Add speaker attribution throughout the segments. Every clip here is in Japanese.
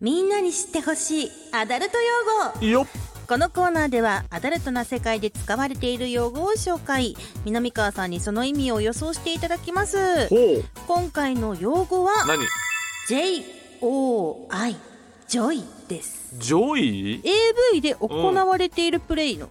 Speaker 1: みんなに知ってほしいアダルト用語
Speaker 2: よっ
Speaker 1: このコーナーではアダルトな世界で使われている用語を紹介南川さんにその意味を予想していただきます
Speaker 2: ほう
Speaker 1: 今回の用語は
Speaker 2: 何
Speaker 1: JOI ジョイです
Speaker 2: ジョイ
Speaker 1: AV で行われているプレイの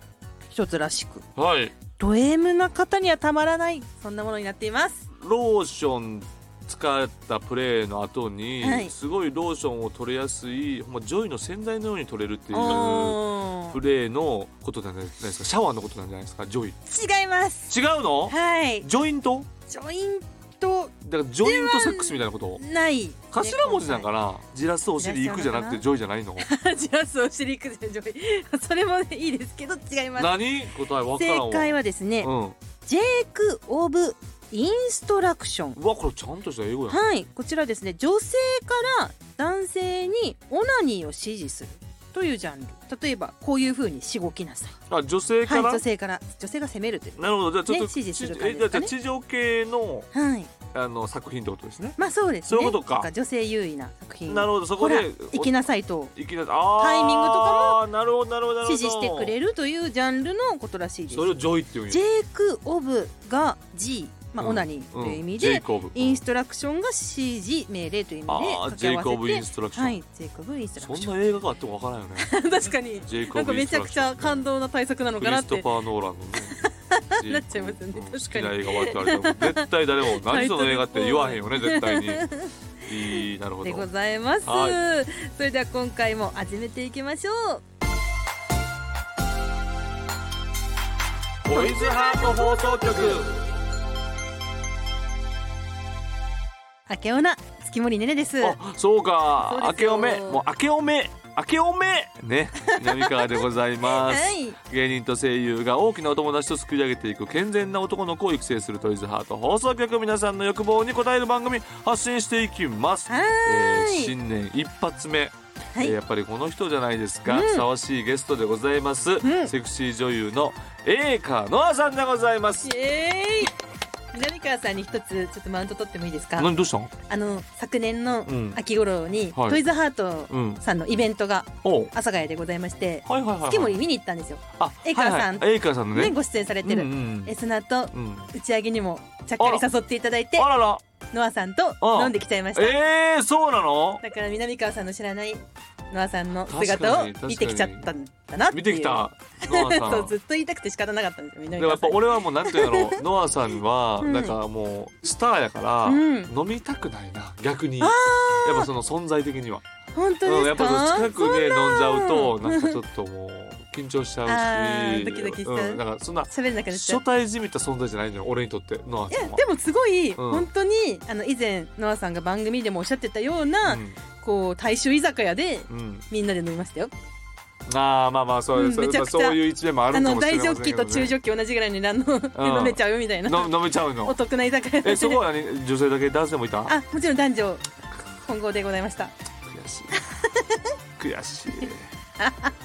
Speaker 1: 一つらしく、
Speaker 2: はい
Speaker 1: ド M な方にはたまらないそんなものになっています
Speaker 2: ローション使ったプレーの後に、
Speaker 1: はい
Speaker 2: すごいローションを取れやすい、ほんまジョイの洗剤のように取れるっていう
Speaker 1: お
Speaker 2: プ
Speaker 1: ー
Speaker 2: レーのことなんじゃないですかシャワーのことなんじゃないですかジョイ
Speaker 1: 違います
Speaker 2: 違うの、
Speaker 1: はい
Speaker 2: ジョイント
Speaker 1: ジョイント
Speaker 2: だからジョイントセックスみたいなこと
Speaker 1: ない
Speaker 2: 頭文字なんかなじらすお尻行くじゃなくてジョイじゃないの
Speaker 1: ジラスを知りくぜジョイそれもねいいですけど違います
Speaker 2: 何答えわからんわ
Speaker 1: 正解はですね、
Speaker 2: うん
Speaker 1: ジェイク・オブ・インストラクション
Speaker 2: うわこれちゃんとした英語やん
Speaker 1: はいこちらですね女性から男性にオナニーを指示するというジャンル例えばこういうふうにしごきなさい
Speaker 2: あ女性
Speaker 1: は
Speaker 2: か
Speaker 1: い
Speaker 2: ら、
Speaker 1: 女性から女性が責めるという
Speaker 2: なるほどじゃあちょっと、
Speaker 1: ね指示する
Speaker 2: 地
Speaker 1: 感じ
Speaker 2: え
Speaker 1: です
Speaker 2: じゃ
Speaker 1: か
Speaker 2: あ
Speaker 1: ね
Speaker 2: 地上系の
Speaker 1: はい
Speaker 2: あの作品ってことですね
Speaker 1: まあそうですね
Speaker 2: そういうことか
Speaker 1: なん女性優位な作品
Speaker 2: なるほどそこで
Speaker 1: ほら行きなさいと
Speaker 2: いきなりあー
Speaker 1: タイミングとか
Speaker 2: なるほどなるほどなるほど
Speaker 1: 指示してくれるというジャンルのことらしいです
Speaker 2: それをジョイっていうんや
Speaker 1: ジェイク・オブが G、まあ、
Speaker 2: うん
Speaker 1: オナニーという意味
Speaker 2: ジェ
Speaker 1: で、
Speaker 2: イコブ
Speaker 1: インストラクションが CG 命令という意味で
Speaker 2: あー
Speaker 1: 掛け合わせて
Speaker 2: ジェイコブインストラクション
Speaker 1: はいジェイコブインストラ
Speaker 2: そ
Speaker 1: クシ
Speaker 2: ん
Speaker 1: ョン
Speaker 2: な映画があってもわからんよね
Speaker 1: 確かに
Speaker 2: ジェイコブ
Speaker 1: なんかめちゃくちゃ感動な対策なの
Speaker 2: ク
Speaker 1: かな
Speaker 2: リ
Speaker 1: っ
Speaker 2: スト
Speaker 1: て
Speaker 2: ファー・ノーランのねジェイコブ
Speaker 1: なっちゃいますよね
Speaker 2: うん
Speaker 1: 確かに
Speaker 2: 好きな映画はって言われても絶対誰も何その映画って言わへんよね絶対にいいなるほ
Speaker 1: でご
Speaker 2: ど
Speaker 1: ざいます、
Speaker 2: は
Speaker 1: それでは今回も始めていきましょう
Speaker 2: ボイズハート放送局
Speaker 1: 明けおな月森ねねです
Speaker 2: あそうか
Speaker 1: そう
Speaker 2: 明
Speaker 1: です
Speaker 2: け
Speaker 1: よ
Speaker 2: おめもう明けおめ明けおめね南川でございます
Speaker 1: はい
Speaker 2: 芸人と声優が大きなお友達と作り上げていく健全な男の子を育成するトイズハート放送局皆さんの欲望に応える番組発信していきます、
Speaker 1: はーい
Speaker 2: ー新年一発目、
Speaker 1: はい
Speaker 2: えーやっぱりこの人じゃないですか、
Speaker 1: うん
Speaker 2: ふさわしいゲストでございます、
Speaker 1: ん
Speaker 2: セクシー女優のエーカーノアさんでございます
Speaker 1: イエーイ南川さんに一つちょっとマウント取ってもいいですか
Speaker 2: 何どうしたの
Speaker 1: あの昨年の
Speaker 2: うん
Speaker 1: 秋頃に、
Speaker 2: はい
Speaker 1: トイズハート
Speaker 2: うん
Speaker 1: さんのイベントが
Speaker 2: おう
Speaker 1: 阿佐ヶ谷でございまして、
Speaker 2: はいはいはい、はい、
Speaker 1: 月森見に行ったんですよ、
Speaker 2: あ
Speaker 1: エーカーさん
Speaker 2: はいはい、エーカーさんの
Speaker 1: ね
Speaker 2: ね
Speaker 1: ご出演されてる、
Speaker 2: うんうん
Speaker 1: えその後
Speaker 2: うんうん
Speaker 1: 打ち上げにもちゃっかり
Speaker 2: あら
Speaker 1: 誘っていただいて
Speaker 2: あらら
Speaker 1: ノアさんと
Speaker 2: あ
Speaker 1: 飲んできちゃいました
Speaker 2: えー、そうなの
Speaker 1: だから南川さんの知らないノアさんの
Speaker 2: 確
Speaker 1: 姿
Speaker 2: か
Speaker 1: を
Speaker 2: に確かに
Speaker 1: 見てきちゃったんだなってい
Speaker 2: 見
Speaker 1: う
Speaker 2: てきた ノアさん
Speaker 1: そうずっと言いたくて仕方なかったんですよ
Speaker 2: で
Speaker 1: 南
Speaker 2: もや
Speaker 1: 川
Speaker 2: っぱ
Speaker 1: さんに
Speaker 2: 俺はもうなんていうの ノアさんは
Speaker 1: うん
Speaker 2: なんかもうスターやから、
Speaker 1: うん
Speaker 2: 飲みたくないな逆にやっぱその存在的には
Speaker 1: 本当
Speaker 2: うん
Speaker 1: で
Speaker 2: や
Speaker 1: す
Speaker 2: っぱそ
Speaker 1: か
Speaker 2: の近くで飲んじゃう
Speaker 1: そ
Speaker 2: と
Speaker 1: んな
Speaker 2: なんかちょっともう緊張しちゃうし、
Speaker 1: あードキドキしちゃうん
Speaker 2: なんかそんな
Speaker 1: 喋れなくなっちゃう
Speaker 2: 初対じみた存在じゃないのよ俺にとってノア
Speaker 1: いや
Speaker 2: さんは
Speaker 1: で。もすごい、
Speaker 2: うん
Speaker 1: 本当にあの以前ノアさんが番組でもおっしゃってたような、こう大衆居酒屋で
Speaker 2: うんうん、
Speaker 1: みんなで飲みましたよ
Speaker 2: あーまあまあそう,、
Speaker 1: うん
Speaker 2: そう
Speaker 1: めちゃ
Speaker 2: まあ
Speaker 1: くちゃ
Speaker 2: そういう一面もあ
Speaker 1: あ
Speaker 2: るか
Speaker 1: の
Speaker 2: もしれ
Speaker 1: 大ジ
Speaker 2: ませ
Speaker 1: ョ
Speaker 2: ん
Speaker 1: ッ
Speaker 2: け
Speaker 1: キ
Speaker 2: ど、ね、
Speaker 1: と中ジョッキ同じぐらいの値段の、
Speaker 2: ん
Speaker 1: 飲めちゃうみたいな
Speaker 2: の飲めちゃ う
Speaker 1: お
Speaker 2: の
Speaker 1: 得な居酒屋で
Speaker 2: えそこは何女性だけ男性もいた
Speaker 1: あもちろん男女混合でございました
Speaker 2: 悔しい悔しい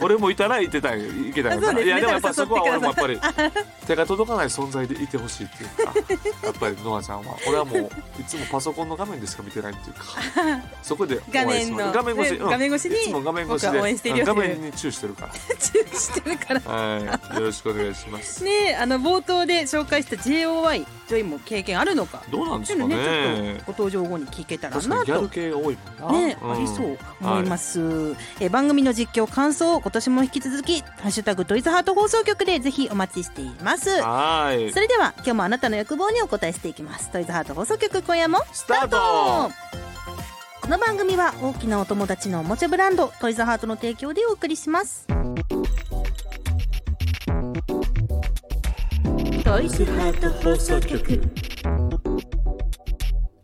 Speaker 2: 俺もいたらいてたんよいけたんよ
Speaker 1: あそうですね
Speaker 2: いやでもやっぱ
Speaker 1: だから
Speaker 2: そこは
Speaker 1: 誘
Speaker 2: 俺
Speaker 1: って
Speaker 2: もやっぱり手が届かない存在でいてほしいってい うかやっぱりノアちゃんは俺はもういつもパソコンの画面でしか見てないっていうかそこでお
Speaker 1: 画
Speaker 2: 会いし
Speaker 1: 面
Speaker 2: ま
Speaker 1: の
Speaker 2: す画面越し、うん
Speaker 1: 画面越し
Speaker 2: いつ
Speaker 1: に
Speaker 2: も画面越し
Speaker 1: 僕は応援して
Speaker 2: で
Speaker 1: い
Speaker 2: う
Speaker 1: る
Speaker 2: ん
Speaker 1: よ
Speaker 2: 画
Speaker 1: っていう
Speaker 2: 面にチューしてるか
Speaker 1: 注意してるから
Speaker 2: らはいよろしくお願いします
Speaker 1: ねえあの冒頭で紹介した JOY ジョイも経験あるのか
Speaker 2: どうなんで
Speaker 1: ち
Speaker 2: す
Speaker 1: ょっ
Speaker 2: か
Speaker 1: と
Speaker 2: ね
Speaker 1: ねちょっとご登場後に聞けたら
Speaker 2: 確かに
Speaker 1: な
Speaker 2: ギャ
Speaker 1: と
Speaker 2: ル系が多いもんな、
Speaker 1: ね、
Speaker 2: うん
Speaker 1: ありそう思います、えー番組の実況感想を今年も引き続き「ハッシュタグトイズハート放送局」でぜひお待ちしています
Speaker 2: はいはい
Speaker 1: それでは今日もあなたの欲望にお答えしていきますトイズハート放送局今夜も
Speaker 2: スタート
Speaker 1: この番組は大きなお友達のおもちゃブランドトイズハートの提供でお送りしますトイズハート放送局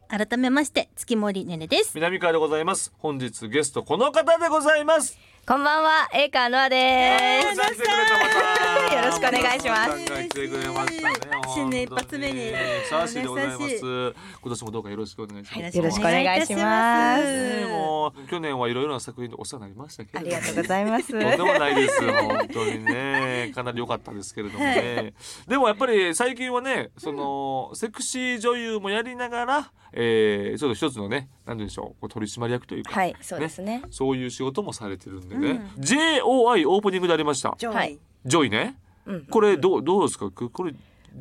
Speaker 1: 改めまして月森ねねです
Speaker 2: 南川でございます本日ゲストこの方でございます
Speaker 3: こんばんは、エイカーノアで
Speaker 2: さん来てくれたまた
Speaker 3: よろしくお願いします
Speaker 2: またさんが来てくれましたね
Speaker 1: 新年一発目に
Speaker 2: さしでございます今年もどうかよろしくお願いします、
Speaker 3: よろしくお願いしま
Speaker 2: ねもう去年はいろいろな作品でお世話になりましたけ
Speaker 3: す。
Speaker 2: れ
Speaker 3: あ
Speaker 2: ども
Speaker 3: りがとうございます。
Speaker 2: とんでもないです 本当にねかなり良かったですけれどもねでもやっぱり最近はねその、セクシー女優もやりながら、えー、ちょっと一つのね何て言うんでしょうこう取締役というか、
Speaker 3: はい、そうですね。
Speaker 2: そういう仕事もされてるんでね、JOI オープニングでありました
Speaker 1: ジョイ、
Speaker 3: はい
Speaker 2: ジョイね
Speaker 3: うん、
Speaker 2: これどうどうですかくこれ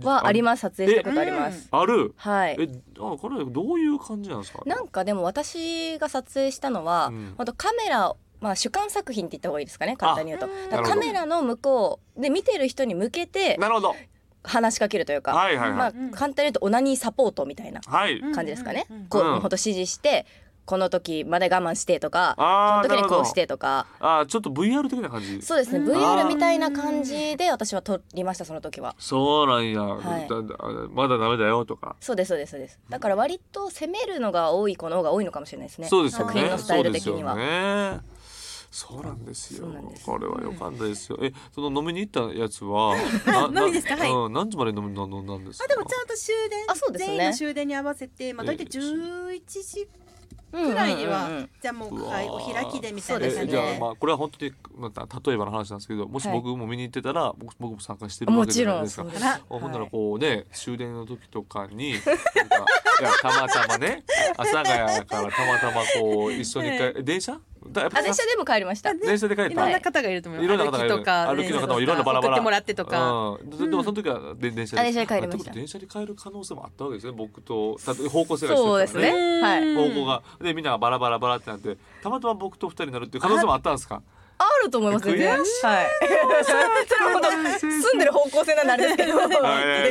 Speaker 3: はあり
Speaker 2: ま
Speaker 3: ます。撮影したことあります。
Speaker 2: ある
Speaker 3: はい。
Speaker 2: えあこれどういう感じなんですか
Speaker 3: なんかでも私が撮影したのは、
Speaker 2: うん
Speaker 3: 本当カメラまあ主観作品って言った方がいいですかね簡単に言うと
Speaker 1: あ
Speaker 3: だからカメラの向こうで見てる人に向けて
Speaker 2: なるほど
Speaker 3: 話しかけるというか、
Speaker 2: はいはいはい、
Speaker 3: まあ
Speaker 1: うん
Speaker 3: 簡単に言うとオナニーサポートみたいな
Speaker 2: はい
Speaker 3: 感じですかね、
Speaker 1: うんうんうん
Speaker 3: こう
Speaker 2: うん
Speaker 3: 本当指示してこの時まで我慢してとか
Speaker 2: あ
Speaker 3: こ
Speaker 2: ー
Speaker 3: の時に
Speaker 2: なる
Speaker 3: こ
Speaker 2: ほ
Speaker 3: う
Speaker 2: ど
Speaker 3: してとか
Speaker 2: あちょっと VR 的な感じ
Speaker 3: そうですね
Speaker 1: うん
Speaker 3: VR みたいな感じで私は撮りましたその時は
Speaker 2: そうなんや、
Speaker 3: はい
Speaker 2: だだまだダメだよとか、
Speaker 3: そうですそうですそうですだから割と攻めるのが多い子の方が多いのかもしれないですね
Speaker 2: そうですよ
Speaker 3: 作品
Speaker 2: ね
Speaker 3: のスタイル的には
Speaker 2: そうですよねそうなんですよ
Speaker 3: そうなんです
Speaker 2: これは良かったですよえその飲みに行ったやつはなな
Speaker 1: 飲みですかはい
Speaker 2: うん、何時まで飲み飲んだんですか
Speaker 1: あでもちゃんと終電
Speaker 3: あそうですね
Speaker 1: 全員の終電に合わせてまあ
Speaker 2: え
Speaker 1: 大
Speaker 2: え
Speaker 1: 体11時
Speaker 3: うんうんう
Speaker 1: く
Speaker 3: んうん
Speaker 1: らいには、じゃあもうはいお開きでみたいな感
Speaker 3: そうです
Speaker 2: え
Speaker 1: じ
Speaker 2: じ
Speaker 1: で
Speaker 3: ね
Speaker 2: ゃあまあこれは本当にまた例えばの話なんですけどもし
Speaker 3: はい
Speaker 2: 僕も見に行ってたら、僕僕も参加してるわ
Speaker 3: も
Speaker 2: けじ
Speaker 3: ち
Speaker 2: ゃない
Speaker 3: ろ
Speaker 2: で
Speaker 3: ん
Speaker 2: すか
Speaker 3: そうで
Speaker 1: あ
Speaker 3: す。
Speaker 1: ら
Speaker 2: ほんな
Speaker 3: は
Speaker 2: ら
Speaker 3: い
Speaker 2: こうね終電の時とかになんかいやたまたまね阿佐ヶ谷からたまたまこう一緒に帰、電車だやっぱ
Speaker 3: あ電車でも帰りました。
Speaker 2: 電車で帰っ
Speaker 1: い
Speaker 2: た
Speaker 1: ろんな方がいると思います。
Speaker 2: いろんな方がいる
Speaker 1: 歩きとか、
Speaker 2: 歩きの方も
Speaker 1: ね
Speaker 2: いろんなバラバラ
Speaker 1: 送ってもらってとか。
Speaker 2: うんで、でもその時はで電車
Speaker 3: あ電車で帰りまし
Speaker 2: あ
Speaker 3: た
Speaker 2: ってこと電車で帰る可能性もあったわけですね僕とたと方向性が一緒
Speaker 3: そう
Speaker 2: だ
Speaker 3: で
Speaker 2: った
Speaker 3: す
Speaker 2: から
Speaker 3: ね。
Speaker 1: うん
Speaker 3: はい。
Speaker 2: 方向がでみんながバラバラバラってなってたまたま僕と二人になるっていう可能性もあったんですか
Speaker 3: あると思いますね。
Speaker 2: 悔
Speaker 3: はい。 それは本当住んでる方向性なんであれですけど、
Speaker 2: はい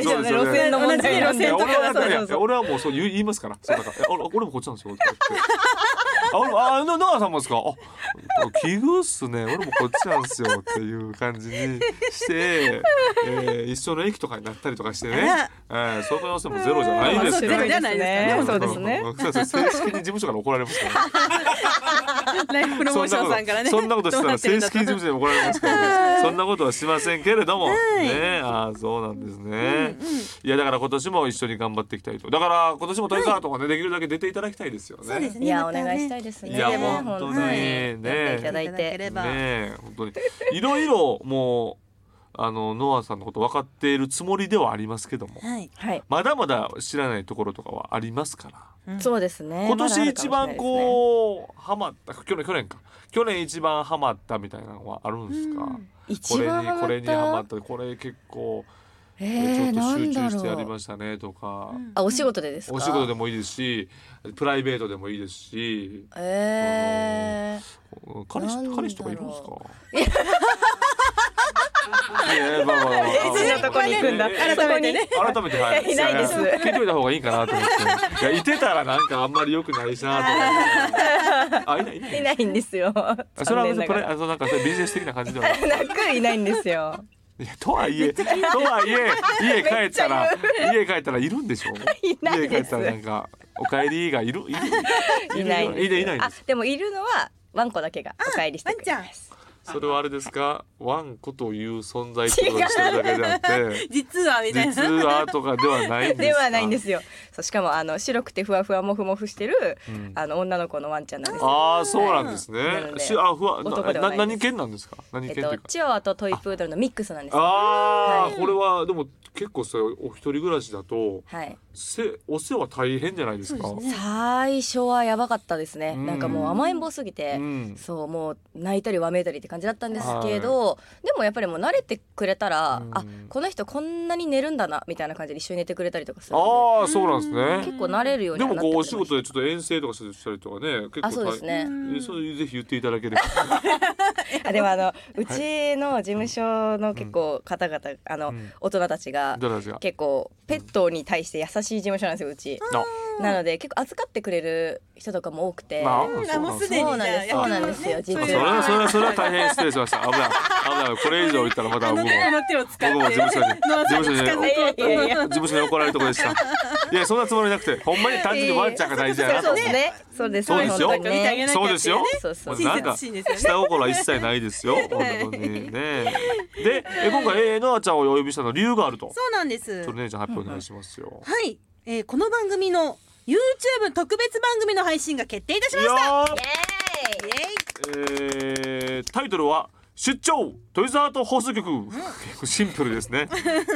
Speaker 3: 電車のね
Speaker 2: そうですよ
Speaker 3: 路
Speaker 2: ね
Speaker 3: 線の問題なん
Speaker 1: 同じ
Speaker 3: で
Speaker 1: 路線とか
Speaker 2: いや俺はい
Speaker 3: そうそう
Speaker 2: や
Speaker 3: そう。
Speaker 2: 俺はもうそう言い言いますからそうだからいや俺俺もこっちなんですよ って言ってあ俺もあのノアさんもですかあ奇遇っすね俺もこっちなんですよっていう感じにして、えー一緒の駅とかになったりとかしてね、えー、そういう可能性もゼロじゃないです
Speaker 1: そ
Speaker 2: か
Speaker 1: う
Speaker 2: ら
Speaker 1: ゼロじゃないです
Speaker 3: そ
Speaker 1: か
Speaker 3: うですね。
Speaker 2: んそうです正式に事務所から怒られますからね
Speaker 1: ライフプロモーションさんからね。
Speaker 2: そんなことそんなことしたら 正式に事
Speaker 1: どうなってるんだと
Speaker 2: 務所に怒られますからねそんなことはしませんけれども、ねあーそうなんですね、いやだから今年も一緒に頑張っていきたいとだから今年も鳥川とかね、できるだけ出ていただきたいですよね
Speaker 1: そうですね。
Speaker 3: いやお
Speaker 1: まね
Speaker 3: 願いしたいですね。
Speaker 2: いや
Speaker 1: 本当に
Speaker 3: はい
Speaker 2: ね
Speaker 3: やっていただ
Speaker 1: い
Speaker 3: い
Speaker 1: ただけれ
Speaker 3: て。
Speaker 1: ば
Speaker 2: ねえ本当にいろいろもうあのノアさんのこと分かっているつもりではありますけども
Speaker 1: はい。
Speaker 3: はい。
Speaker 2: まだまだ知らないところとかはありますから
Speaker 3: そうですね。
Speaker 2: 今年一番
Speaker 3: う。
Speaker 2: こうハマった去年去年か去年一番ハマったみたいなのはあるんですか、
Speaker 1: うん
Speaker 3: 一
Speaker 2: これ
Speaker 3: 番
Speaker 2: にこれにハマっ
Speaker 3: った。
Speaker 2: たこれ結構、
Speaker 3: え
Speaker 2: ちょ
Speaker 3: え
Speaker 2: っと
Speaker 3: なん
Speaker 2: 集
Speaker 3: だ
Speaker 2: 中してやり
Speaker 3: ろう
Speaker 2: ま。したねとか、
Speaker 3: あお仕事でですか。
Speaker 2: お仕事で
Speaker 3: も。
Speaker 2: もいいですしプライベートでもいいですし
Speaker 3: ええ。
Speaker 2: 彼
Speaker 3: なんだ
Speaker 2: 氏
Speaker 3: ろう
Speaker 2: 彼氏とかいるんですか。いやいやまあまあまあ
Speaker 3: 事なとこに行くんだ
Speaker 1: 改めてね。
Speaker 2: 改めてはい
Speaker 3: いないです
Speaker 2: やや聞いといた方がいいかなと思って。いやいてたらなんかあんまり良くないしなと思って。あいないいない。
Speaker 3: いないんですよ。
Speaker 2: あそれは別に
Speaker 3: 残念
Speaker 2: プラ
Speaker 3: なが
Speaker 2: イ
Speaker 3: ら
Speaker 2: あそうなんかそういうビジネス的な感じではない。
Speaker 3: なくいないんですよ。
Speaker 2: いや とはいえとはいえ家帰ったら家帰ったらいるんでしょ。
Speaker 3: いない
Speaker 2: 家帰
Speaker 3: で
Speaker 2: っ
Speaker 3: す
Speaker 2: た。らなんかお帰りがいるいる
Speaker 3: いないんです
Speaker 2: い
Speaker 3: よ
Speaker 2: いないん
Speaker 3: あ
Speaker 2: です。
Speaker 3: でもいるのはワンコだけがお帰りしてくれます
Speaker 2: それはあれですか。ワンコという存在ってことにしてるだけであって。
Speaker 1: 実はみたいな。
Speaker 2: 実はとかではないんですか
Speaker 3: ではないんですよそうしかもあの白くてふわふわもふもふしてる、
Speaker 2: ん
Speaker 3: あの女の子のワンちゃんなんですよ
Speaker 2: ああそうなんですね
Speaker 3: なの。で
Speaker 2: しあふわ
Speaker 3: 男では
Speaker 2: な
Speaker 3: ないで
Speaker 2: 何
Speaker 3: す
Speaker 2: 県なんですか。何
Speaker 3: えっ
Speaker 2: 県とい
Speaker 3: と
Speaker 2: うか。
Speaker 3: チワワとトイプードルのミックスなんですよ
Speaker 2: ああ、
Speaker 3: はい
Speaker 2: これはでも結構それお一人暮らしだと
Speaker 3: はい
Speaker 2: せお世話大変じゃないですか。
Speaker 1: そうですね
Speaker 3: 最初はやばかったですね
Speaker 2: うん
Speaker 3: なんかもう甘えん坊すぎて、
Speaker 2: うん。
Speaker 3: そうもう泣いたりわめいたりって感じだったんですけど、でもやっぱりもう慣れてくれたら、
Speaker 2: うん
Speaker 3: あこの人こんなに寝るんだなみたいな感じで一緒に寝てくれたりとかするの
Speaker 2: ああそうなん
Speaker 3: で
Speaker 2: ですね。
Speaker 3: 結構慣れるように
Speaker 2: で
Speaker 3: は
Speaker 2: も
Speaker 3: なって
Speaker 2: こうお
Speaker 3: くれまし
Speaker 2: 仕
Speaker 3: た
Speaker 2: 事でちょっと遠征とかしたりとかね結構
Speaker 3: あそうですね、
Speaker 2: 大えそれぜひ言っていただければ。
Speaker 3: あでもあのうちの事務所の結構方々、あの、
Speaker 2: うん
Speaker 3: 大人たちが
Speaker 2: どうなんですか。
Speaker 3: 結構ペットに対して優しい事務所なんですようち。
Speaker 2: あ
Speaker 3: なので結構扱ってくれる人とかも多くて、
Speaker 2: まあ
Speaker 1: うんあもうすでに
Speaker 3: そうなんです
Speaker 1: じゃあ
Speaker 3: そうなんですよ
Speaker 1: 役
Speaker 2: そ
Speaker 1: もね
Speaker 2: れ
Speaker 3: 実
Speaker 2: はそれはそれは大変失礼しました危ない危ないこれ以上言ったらまた
Speaker 1: あ
Speaker 2: 僕
Speaker 1: の
Speaker 2: も
Speaker 1: 手の手を使って
Speaker 2: 僕も事務所に
Speaker 1: ノア さんに
Speaker 2: 事務所に
Speaker 1: 近づこうと
Speaker 3: いやいやいや
Speaker 2: 事務所に怒られるとこでしたいやそんなつもりなくてほんまに単純にワンちゃんが大事やなと
Speaker 3: そうですね。そうです
Speaker 2: そうですよ
Speaker 3: 本当にね
Speaker 2: そうですよ
Speaker 3: そうそう
Speaker 2: まあなんか
Speaker 1: 親切心ですよね
Speaker 2: 下心は一切ないですよ本当にねでえ今回えーノアちゃんをお呼びしたのは理由があると
Speaker 1: そうなんです
Speaker 2: トルネーちゃん発表お願いしますよ
Speaker 1: はい、えーこの番組の YouTube 特別番組の配信が決定いたしま
Speaker 2: い
Speaker 1: し
Speaker 2: や
Speaker 1: た
Speaker 2: ー
Speaker 1: イエイ
Speaker 2: えータイトルは「出張トイザート放送局」結構シンプルですね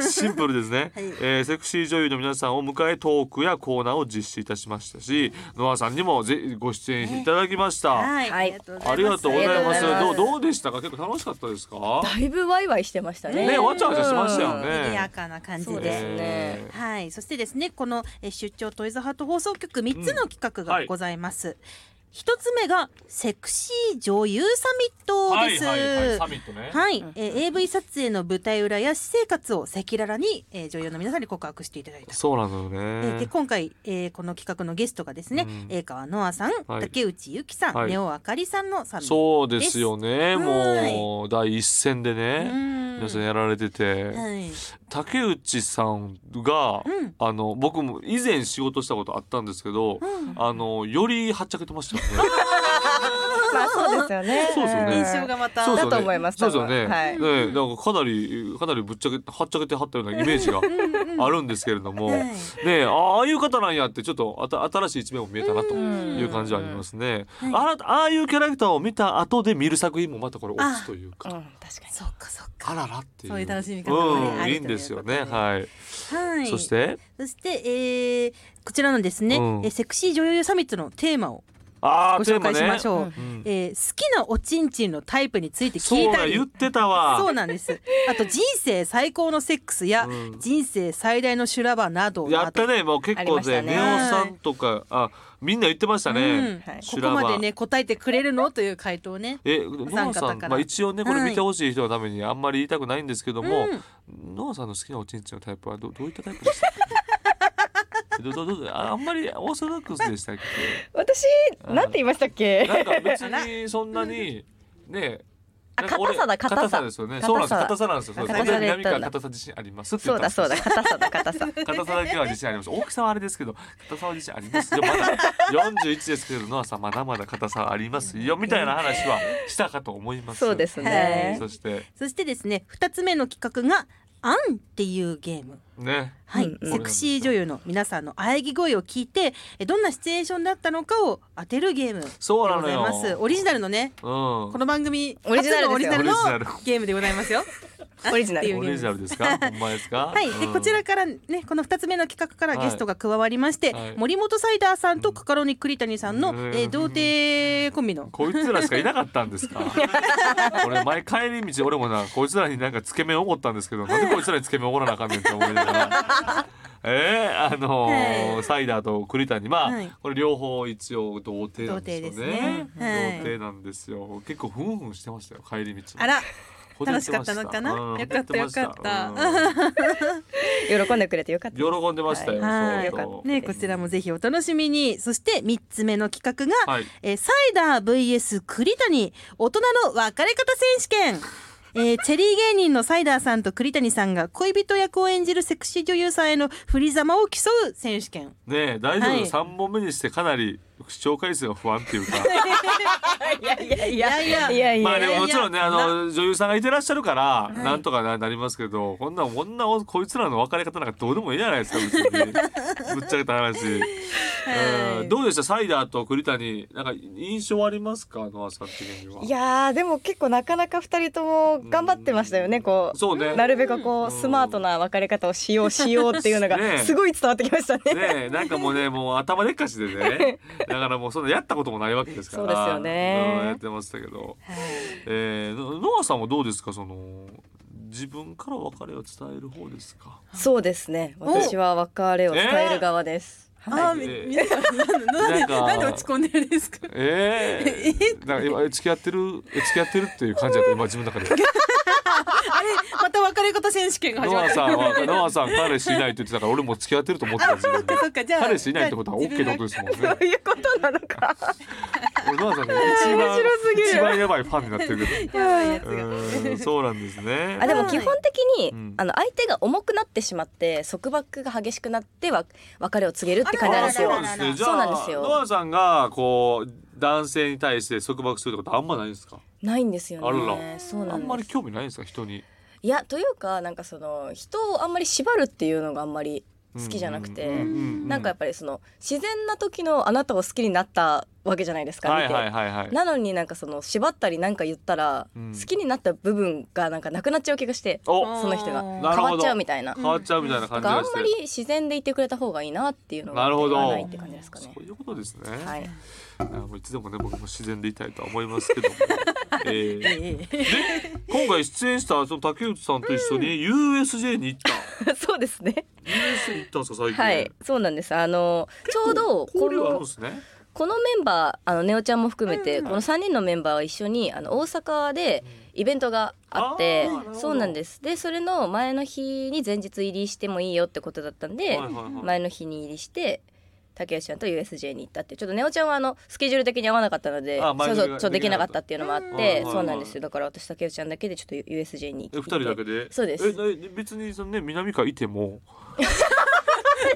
Speaker 2: シンプルですね、
Speaker 1: はい
Speaker 2: えーセクシー女優の皆さんを迎えトークやコーナーを実施いたしましたしノアさんにもぜご出演いただきました、
Speaker 1: はい、
Speaker 3: はい
Speaker 2: ありがとうございます
Speaker 3: あり
Speaker 2: どう
Speaker 3: がとうございます
Speaker 2: どうでしたか結構楽しかったですか
Speaker 3: だいぶワイワイしてましたね。
Speaker 2: ねわちゃわちゃしましたよ
Speaker 3: うん
Speaker 2: ね
Speaker 1: 賑やかな感じ
Speaker 3: そう
Speaker 1: で
Speaker 3: です
Speaker 1: す。
Speaker 3: ね
Speaker 2: えー
Speaker 1: はい、そしてですね、このえー出張トイズハート放送局3つの企画
Speaker 2: は
Speaker 1: が
Speaker 2: い
Speaker 1: ございます。一、つ目がセクシー女優サミットです。
Speaker 2: は
Speaker 1: はい
Speaker 2: はいはいサ
Speaker 1: い
Speaker 2: ミットね、
Speaker 1: えー AV 撮影の舞台裏や私生活を赤裸々に、えー女優の皆さんに告白していただいた。
Speaker 2: そうなのよね、
Speaker 1: えーで今回、えーこの企画のゲストがですね
Speaker 2: うん、
Speaker 1: えー川ノアさん、
Speaker 2: はい
Speaker 1: 竹内ゆきさん、
Speaker 2: はい
Speaker 1: ネオあかりさんの3人。
Speaker 2: そうですよ
Speaker 1: で
Speaker 2: ね
Speaker 1: す
Speaker 2: もう第一線で
Speaker 1: う
Speaker 2: ね、
Speaker 1: ん
Speaker 2: 皆さんやられてて、
Speaker 1: はい。
Speaker 2: 竹内さんが、
Speaker 1: うん
Speaker 2: あの僕も以前仕事したことあったんですけど、
Speaker 1: うん
Speaker 2: あのよりはっちゃけてましたよ ね。
Speaker 3: まあそうですよね。
Speaker 2: そうですよね
Speaker 3: ん
Speaker 1: 印象がまた。
Speaker 2: そうですよね
Speaker 3: だと思います
Speaker 2: そうですよね。
Speaker 3: 多分は
Speaker 2: ね
Speaker 3: い
Speaker 2: なんかかなりかなりぶっちゃけはっちゃけてはったようなイメージがあるんですけれども、
Speaker 1: はい
Speaker 2: ねあああいう方なんやってちょっとあた新しい一面も見えたなと。
Speaker 3: ん
Speaker 2: いう感じはありますね、
Speaker 1: うん
Speaker 2: あらああいうキャラクターを見た後で見る作品もまたこれ落ちという
Speaker 3: うん
Speaker 2: か
Speaker 3: 確かに。
Speaker 1: そうかそう
Speaker 2: あ
Speaker 1: か。
Speaker 2: ららっていう
Speaker 1: そういう楽しみ方もね
Speaker 2: うん
Speaker 1: あり
Speaker 2: いいんですよね
Speaker 1: ということで
Speaker 2: はい、
Speaker 1: はい。
Speaker 2: そして
Speaker 1: そして、えーこちらのですね、
Speaker 2: うん
Speaker 1: えーセクシー女優サミットのテーマを
Speaker 2: あ
Speaker 1: ご
Speaker 2: あテー
Speaker 1: 紹
Speaker 2: マ
Speaker 1: 介し
Speaker 2: ね
Speaker 1: ましょう。
Speaker 3: うん
Speaker 2: うん
Speaker 1: えー好きなおちんちんのタイプについて聞
Speaker 2: そ
Speaker 1: いうた
Speaker 2: だ
Speaker 1: り
Speaker 2: 言ってたわ
Speaker 1: そうなんですあと人生最高のセックスや、
Speaker 2: うん
Speaker 1: 人生最大の修羅場などなど
Speaker 2: やったねもう結構ね
Speaker 3: ありましたね
Speaker 2: ネオさんとかあみんな言ってました
Speaker 1: うん
Speaker 2: ね、
Speaker 3: はい
Speaker 1: ここまでね答えてくれるのという回答ね
Speaker 2: えノアさん、まあ、一応ねこれ見てほしい人のためにあんまり言いたくないんですけども、ノアさんの好きなおちんちんのタイプはどどういったタイプでしたっけ どどどうああんまりオーソドックスで したっけ
Speaker 3: 私なんて言いましたっけ？
Speaker 2: なんか別にそんなにね
Speaker 3: あ
Speaker 2: なんか俺
Speaker 3: 硬さだ硬さ
Speaker 2: ですよね
Speaker 3: 硬さ
Speaker 2: そうなんです硬さなんですよそう
Speaker 3: 硬さ
Speaker 2: 僕は
Speaker 3: で言っ
Speaker 2: 南
Speaker 3: たんだ
Speaker 2: から硬さ自信ありますって言
Speaker 3: そ
Speaker 2: ったん
Speaker 3: うだ
Speaker 2: ですよ
Speaker 3: そうだ硬さだ硬さ。
Speaker 2: 硬さだけは自信あります大きさはあれですけど硬さは自信ありますよまだ41ですけどノアさんまだまだ硬さはありますよみたいな話はしたかと思います
Speaker 3: そうですね
Speaker 2: そして
Speaker 1: そしてですね2つ目の企画が「アン」っていうゲーム
Speaker 2: ね
Speaker 1: はい、
Speaker 3: うんうん
Speaker 1: セクシー女優の皆さんの喘ぎ声を聞いてえどんなシチュエーションだったのかを当てるゲームで
Speaker 2: そうな
Speaker 1: ご
Speaker 2: の
Speaker 1: ざい
Speaker 2: よ
Speaker 1: ますオリジナルのね
Speaker 2: うん
Speaker 1: この番組
Speaker 3: オリジナ
Speaker 1: 初
Speaker 3: ルですよ
Speaker 1: のオリジナルの
Speaker 2: オリジナル
Speaker 1: ゲームでござい ますよ
Speaker 3: オリジナ
Speaker 1: ってい
Speaker 3: ル。
Speaker 1: う
Speaker 2: オリジナルですかほんまですか
Speaker 1: はい、で
Speaker 2: うん
Speaker 1: こちらからねこの2つ目の企画からゲストが加わりまして、
Speaker 2: はいはい
Speaker 1: 森本サイダーさんとカカロニ栗谷さんの、
Speaker 2: うん
Speaker 1: えー童貞コンビの
Speaker 2: こいつらしかいなかったんですか俺前帰り道俺もなこいつらになんかつけ麺おごったんですけどなんでこいつらにつけ麺おごらなあかんねんって思いながらえー、あのー
Speaker 1: はい
Speaker 2: サイダーと栗谷まあ、
Speaker 1: はい
Speaker 2: これ両方一応童貞なんですよね
Speaker 1: 童貞ですねはい
Speaker 2: 童貞なんですよ結構ふんふんしてましたよ帰り道
Speaker 1: あら
Speaker 2: ほてってま
Speaker 1: 楽しかったのかな
Speaker 2: うん
Speaker 1: よかったよかった
Speaker 2: ほてってましたうん
Speaker 3: 喜んでくれてよかった。
Speaker 2: 喜んでましたよ、
Speaker 1: は
Speaker 2: そうそう
Speaker 1: い、ね、こちらもぜひお楽しみにそして3つ目の企画が、
Speaker 2: はい
Speaker 1: えーサイダー VS 栗谷大人の別れ方選手権え ーチェリー芸人のサイダーさんと栗谷さんが恋人役を演じるセクシー女優さんへの振りざまを競う選手権
Speaker 2: ねえ大丈
Speaker 1: は
Speaker 2: 夫、
Speaker 1: い
Speaker 2: 三本目にしてかなり視聴回数が不安っていうか
Speaker 3: いやいやい
Speaker 1: やいや
Speaker 3: いやい
Speaker 2: まあで
Speaker 3: や。
Speaker 2: ももちろんね
Speaker 1: いや
Speaker 2: あ
Speaker 1: いや
Speaker 2: の女優さんがいてらっしゃるからなんとかななりますけどこんなんこんなこいつらの別れ方なんかどうでもいいじゃないですか別に ぶっちゃけた話、
Speaker 1: はい
Speaker 2: うんどうでしたサイダーと栗谷なんか印象ありますかノアさん的にはい
Speaker 3: やーでも結構なかなか二人とも頑張ってましたよねこう
Speaker 2: そうね
Speaker 3: な
Speaker 2: ね
Speaker 3: るべく
Speaker 2: う
Speaker 3: こ
Speaker 2: ん
Speaker 3: うスマートな別れ方をしようしようっていうの
Speaker 2: ね
Speaker 3: がすごい伝わってきましたね。
Speaker 2: えなんかもうねもう頭でっかちで ねだからもうそんなやったこともないわけですから
Speaker 3: そうですよね
Speaker 2: うんやってましたけど、えー、ノノアさんはどうですかその自分から別れを伝える方ですか
Speaker 3: そうですね
Speaker 1: お
Speaker 3: 私は別れを伝える側です。
Speaker 1: ああ、
Speaker 2: はい
Speaker 1: み
Speaker 2: えー
Speaker 1: 皆さんなんで
Speaker 2: なんか
Speaker 1: なんで落ち込んでるんですか。
Speaker 2: えー、なんか今付き合ってる付き合ってるっていう感じだった今自分の中で
Speaker 1: あれまた別れ方選手権が始
Speaker 2: ノ
Speaker 1: ま
Speaker 2: ア
Speaker 1: った。
Speaker 2: さんはノアさん彼氏いないって言ってたから俺も付き合ってると思ってたんですよ
Speaker 1: そうかそうかじゃあ
Speaker 2: 彼氏いないってことは OK ってことですもんね
Speaker 3: そういうことなのか。
Speaker 2: 俺ノアさんが一番
Speaker 3: ぎる
Speaker 2: 一番やばいファンになってるけ
Speaker 1: やばいやつ
Speaker 2: どう
Speaker 1: が。
Speaker 2: ーんそうなんですね
Speaker 3: あでも基本的に、
Speaker 2: うん
Speaker 3: あの相手が重くなってしまって束縛が激しくなっては別れを告げるって感じなんですよ
Speaker 2: あそうなんですねじ
Speaker 3: そう
Speaker 2: ゃ
Speaker 3: なんです
Speaker 2: あ
Speaker 3: よ
Speaker 2: ノアさんがこう男性に対して束縛するってことあんまないんですか
Speaker 3: ないんですよ
Speaker 2: あ
Speaker 3: ねそうな
Speaker 2: あ
Speaker 3: ん
Speaker 2: んま
Speaker 3: で
Speaker 2: り
Speaker 3: す
Speaker 2: 興味ないんですか人に
Speaker 3: いやというかなんかその人をあんまり縛るっていうのがあんまり好きじゃなくて、
Speaker 2: うんうう
Speaker 3: なんかやっぱりその自然な時のあなたを好きになったわけじゃないですか見
Speaker 2: は
Speaker 3: て、
Speaker 2: いはいはいはい
Speaker 3: なのになんかその縛ったりなんか言ったら、
Speaker 2: うん
Speaker 3: 好きになった部分がなんかなくなっちゃう気がして
Speaker 2: お
Speaker 3: その人
Speaker 1: な
Speaker 3: が変
Speaker 1: る
Speaker 2: ほど
Speaker 3: わっちゃうみたいな
Speaker 2: 変わっちゃうみたいな
Speaker 3: と
Speaker 2: 感じ
Speaker 3: かあ
Speaker 2: が
Speaker 3: ん
Speaker 2: して
Speaker 3: まり自然でいてくれた方がいいなっていうのが
Speaker 2: なるほど
Speaker 3: 言わないって感じですかね
Speaker 2: そう。いうことですね、、
Speaker 3: はいい、
Speaker 2: もういつでもね僕も自然でいたいとは思いますけども、 えー
Speaker 1: ええ
Speaker 2: 今回出演したその竹内さんと一緒に USJ に行った、
Speaker 3: そうですね。
Speaker 2: USJ 行ったんですか最近、
Speaker 3: はい、そうなんです。あのちょうどこ
Speaker 2: 交流があるん
Speaker 3: の
Speaker 2: ですね
Speaker 3: このメンバー、あのネオちゃんも含めて、
Speaker 1: うん
Speaker 3: この三人のメンバーは一緒にあの大阪でイベントがあって
Speaker 2: あーなるほ、ど
Speaker 3: そうなんです。で、それの前の日に前日入りしてもいいよってことだったんで、
Speaker 2: はいはいはい
Speaker 3: 前の日に入りして。竹内ちゃんと USJ に行ったっていうちょっとネオちゃんはあのスケジュール的に合わなかったので
Speaker 2: あ前
Speaker 3: そ
Speaker 2: の日
Speaker 3: うそ
Speaker 2: が
Speaker 3: うそうできなかったっていうのもあっ
Speaker 2: はいはい
Speaker 3: て
Speaker 2: はい
Speaker 3: そうなんですよだから私竹内ちゃんだけでちょっと USJ に
Speaker 2: え二
Speaker 3: 行って
Speaker 2: 人だけで
Speaker 3: そうです
Speaker 2: えな別にそのね南川いても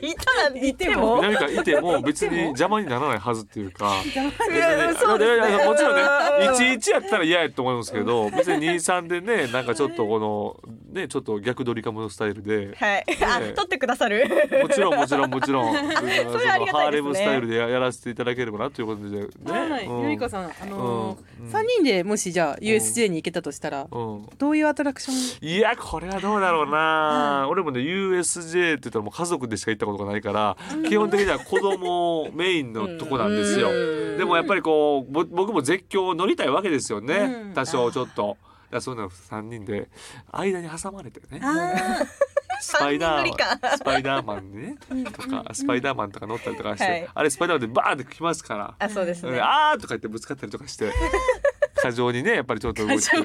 Speaker 3: いたらいて
Speaker 1: も
Speaker 2: 南川いても別に邪魔にならないはずっていうか 別に
Speaker 3: いやそうですね
Speaker 2: いやいやもちろんね
Speaker 3: うん
Speaker 2: 11やったら嫌やと思いますけど別に23でねなんかちょっとこのねちょっと逆ドリカムのスタイルで
Speaker 3: はい、 あ
Speaker 2: ええ
Speaker 3: 撮ってくださる
Speaker 2: もちろんもちろんもち ろんその
Speaker 3: それありが
Speaker 2: ハ
Speaker 3: た
Speaker 2: ー
Speaker 3: いで
Speaker 2: レ
Speaker 3: すね
Speaker 2: ムスタイルでややらせていただければなということでね。
Speaker 1: はい、
Speaker 2: うん
Speaker 1: ゆみこさん、あの
Speaker 2: うん
Speaker 1: ー、三人でもしじゃあ USJ に行けたとしたら、
Speaker 2: うん、
Speaker 1: どういうアトラクション
Speaker 2: いやこれはどうだろうな、俺もね USJ って言ったらもう家族でしか行ったことがないから、基本的には子供メインのとこなんですよ、
Speaker 3: うん
Speaker 2: でもやっぱりこうぼ僕も絶叫を乗りたいわけですよね、
Speaker 1: うん
Speaker 2: 多少ちょっと。いやそういうの3人で間に挟まれてね
Speaker 1: あ
Speaker 2: スパイダ
Speaker 3: 三人乗り
Speaker 2: ースパイダーマンにねとかスパイダーマンとか乗ったりとかして、
Speaker 3: はい
Speaker 2: あれスパイダーマンでバーンって来ますから
Speaker 3: あそうですね、
Speaker 2: あーとか言ってぶつかったりとか して。過剰にね、やっぱりちょっと動いてる。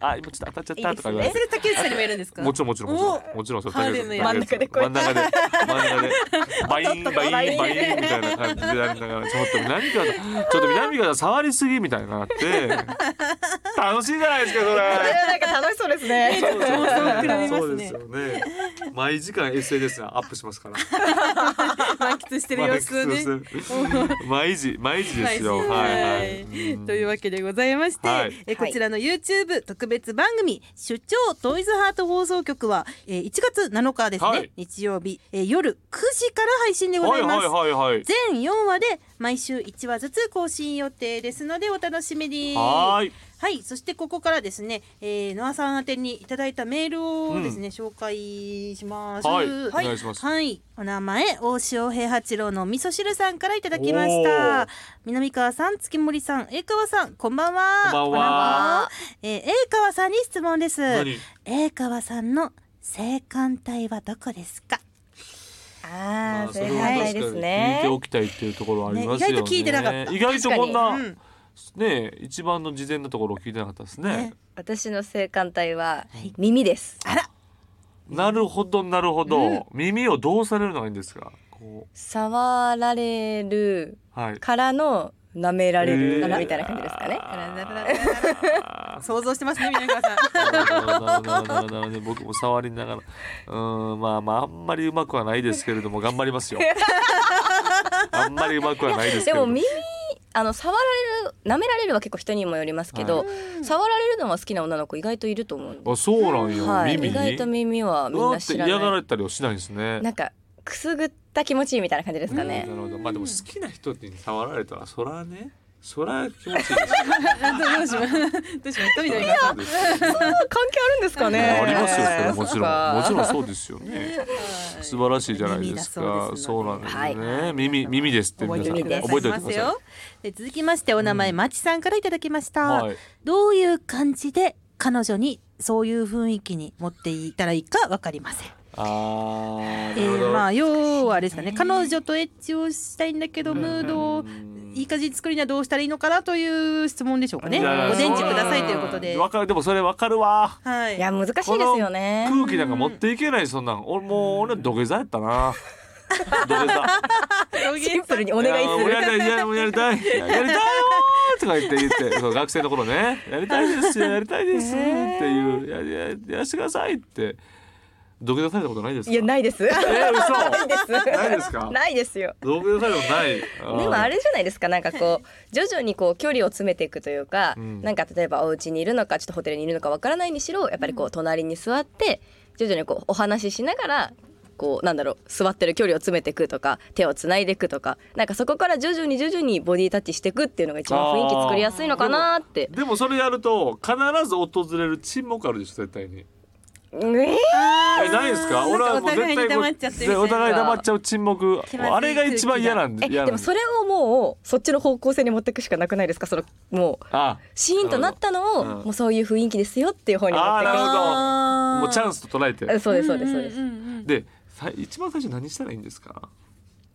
Speaker 2: あ、今ちょっと当たっちゃったとか言われ
Speaker 1: あ、そ
Speaker 2: て。
Speaker 1: れ竹内さんにもやるんですか。
Speaker 2: もちろんもちろんもちろん
Speaker 1: お
Speaker 2: もちろんそれ
Speaker 1: ハーレ
Speaker 2: 竹
Speaker 1: ム
Speaker 2: 内
Speaker 1: や
Speaker 2: さんのやつ真
Speaker 3: 真
Speaker 2: ん
Speaker 3: ん
Speaker 2: 中
Speaker 3: 中
Speaker 2: で
Speaker 3: で
Speaker 2: 真ん中 でバインバインバイン
Speaker 3: バイン
Speaker 2: みたいな感じでやりながらちょっと南川さんちょっと南川さん触りすぎみたいになって楽しいじゃないですかそ
Speaker 3: それ
Speaker 2: れ
Speaker 3: はなんか楽しそうです ね
Speaker 2: そうそう
Speaker 1: もう膨らみますね
Speaker 2: そうですよね毎時間 SNS にアップしますから
Speaker 1: 満喫してる様子をね。
Speaker 2: 毎時毎時ですよ
Speaker 1: 毎時
Speaker 2: はいは
Speaker 1: はい
Speaker 2: うん
Speaker 1: というわけでございまして、
Speaker 2: はい
Speaker 1: えこちらの YouTube 特別番組「出張トイズハート放送局は」えー1月7日ですね、
Speaker 2: はい
Speaker 1: 日曜日、えー夜9時から配信でございます。
Speaker 2: はいはいはいはい。
Speaker 1: 全4話で毎週1話ずつ更新予定ですのでお楽しみに
Speaker 2: はーい。
Speaker 1: はいそしてここからですね、えー、ノアさん宛てにいただいたメールをですね、紹介します
Speaker 2: はいお願いします
Speaker 1: はいお名前大塩平八郎のお味噌汁さんからいただきました
Speaker 2: おー
Speaker 1: 南川さん月森さん江川さんこんばんは
Speaker 2: こんばんは
Speaker 1: お名前えー江川さんに質問です
Speaker 2: 何
Speaker 1: 江川さんの性感帯はどこですか
Speaker 3: あ
Speaker 2: ま
Speaker 3: あ
Speaker 2: それ
Speaker 3: 正
Speaker 2: は確
Speaker 3: 解な
Speaker 2: か
Speaker 3: い
Speaker 2: に
Speaker 3: で
Speaker 2: 聞
Speaker 3: す
Speaker 2: いて
Speaker 3: ね
Speaker 2: おきたいっていうところはあります
Speaker 1: ね
Speaker 2: よ
Speaker 1: 意
Speaker 2: ね。
Speaker 1: 外と聞いてなかった
Speaker 2: 意外とこん
Speaker 3: あ
Speaker 2: な、
Speaker 1: うん
Speaker 2: ね一番の事前のところを聞いてなかったですね
Speaker 1: ね。
Speaker 3: 私の性感帯は
Speaker 1: はい
Speaker 3: 耳です、
Speaker 1: あら
Speaker 2: なるほどなるほど、耳をどうされるのがいいんですか。こ
Speaker 3: 触られる
Speaker 2: うはい。
Speaker 3: からの舐められる
Speaker 2: えー
Speaker 3: みたいな感じですかね、
Speaker 2: あー
Speaker 1: 想像してますね南川 さん
Speaker 2: なるほどなるほどなるほどなるほど僕も触りながらうんまあまああんまりうまくはないですけれども頑張り ますよあんまりうまくはないですけ
Speaker 3: で
Speaker 2: れど
Speaker 3: も耳あの触られる舐められるは結構人にもよりますけど、触られるのは好きな女の子意外といると思うんで
Speaker 2: あそうなんよ、
Speaker 3: はい、
Speaker 2: 耳
Speaker 3: 意外と耳はみん
Speaker 2: だ
Speaker 3: な
Speaker 2: って
Speaker 3: 知ら
Speaker 2: 嫌がら
Speaker 3: ない
Speaker 2: れたりはしないんですね。
Speaker 3: なんかくすぐった気持ちいいみたいな感じですかね
Speaker 2: なるほど。まあでも好きな人に触られたらそらね、そら気持ちいい
Speaker 1: どうしま どうしました南川さん
Speaker 2: ですよ。
Speaker 3: 関係あるんですかね
Speaker 2: ありますよ。それは
Speaker 3: そ
Speaker 2: も
Speaker 3: っ
Speaker 2: ちろ
Speaker 3: か
Speaker 2: んもちろんそうですよね。素晴らしいじゃないです
Speaker 1: 耳
Speaker 2: か。
Speaker 1: だ
Speaker 2: そ
Speaker 1: そうう
Speaker 2: なん
Speaker 1: で
Speaker 2: です
Speaker 1: す
Speaker 2: ね。
Speaker 3: のではい
Speaker 2: 耳耳ですって
Speaker 1: 覚え
Speaker 2: 皆
Speaker 1: て
Speaker 2: さ
Speaker 1: お
Speaker 2: ん
Speaker 1: い
Speaker 2: 覚
Speaker 1: て
Speaker 2: え
Speaker 1: く
Speaker 2: てお
Speaker 1: ださいま
Speaker 2: いてくだ
Speaker 1: す
Speaker 2: さ
Speaker 1: よで続きましてお名前、まちさんからいただきました、
Speaker 2: い。はい。
Speaker 1: どういう感じで彼女にそういう雰囲気に持っていたらいいかわかりません
Speaker 2: あ
Speaker 1: え
Speaker 2: ーなるほ
Speaker 1: ー
Speaker 2: ど
Speaker 1: まあ要はあれですかね彼女とエッチをしたいんだけどムードを
Speaker 2: うん
Speaker 1: いい感じに作りにはどうしたらいいのかなという質問でしょうかね
Speaker 2: いやいや
Speaker 1: お電池くださいということで
Speaker 2: わかるでもそれわかるわ
Speaker 1: はい
Speaker 3: いや難しいですよね
Speaker 2: 空気なんか持っていけないそんなん俺もう俺土下座やったな土下座
Speaker 3: シンプルにお
Speaker 2: お
Speaker 3: 願いする
Speaker 2: やりたいいやもうやりたい いややりたいよーとか言って言ってそう学生の頃ねやりたいですよやりたいですっていうやややらしてくださいって土下座されたことないですか
Speaker 3: いやないです
Speaker 2: えー、嘘
Speaker 3: ないです
Speaker 2: ないですか
Speaker 3: ないですよ
Speaker 2: 土下座されたことないで
Speaker 3: でもあれじゃないですかなんかこ う徐々にこう距離を詰めていくというか、
Speaker 2: うん
Speaker 3: なんか例えばお家にいるのかちょっとホテルにいるのかわからないにしろやっぱりこう隣に座って徐々にこうお話ししながらこうなんだろう座ってる距離を詰めていくとか手をつないでいくとかなんかそこから徐々に徐々にボディタッチしていくっていうのが一番雰囲気作りやすいのかなーって
Speaker 2: でもそれやると必ず訪れる沈黙あるでしょ絶対に
Speaker 3: うんえー
Speaker 2: えないですか俺はもう絶対
Speaker 1: お互いに黙っちゃってみたいな
Speaker 2: お互い黙っちゃう沈黙
Speaker 1: 気まずい
Speaker 2: あれが一番嫌なんで
Speaker 3: え
Speaker 2: 嫌
Speaker 3: で
Speaker 2: なん
Speaker 3: もそれをもうそっちの方向性に持っていくしかなくないですかそのもう
Speaker 2: あ
Speaker 3: シーンとなったのを
Speaker 2: なるほど
Speaker 3: もうそういう雰囲気ですよっていう方に持ってい
Speaker 2: なるほど
Speaker 1: あー
Speaker 2: もうチャンスと捉えて
Speaker 3: くそうですそうですそうです
Speaker 1: んんんうん
Speaker 2: でさ一番最初何したらいいんですか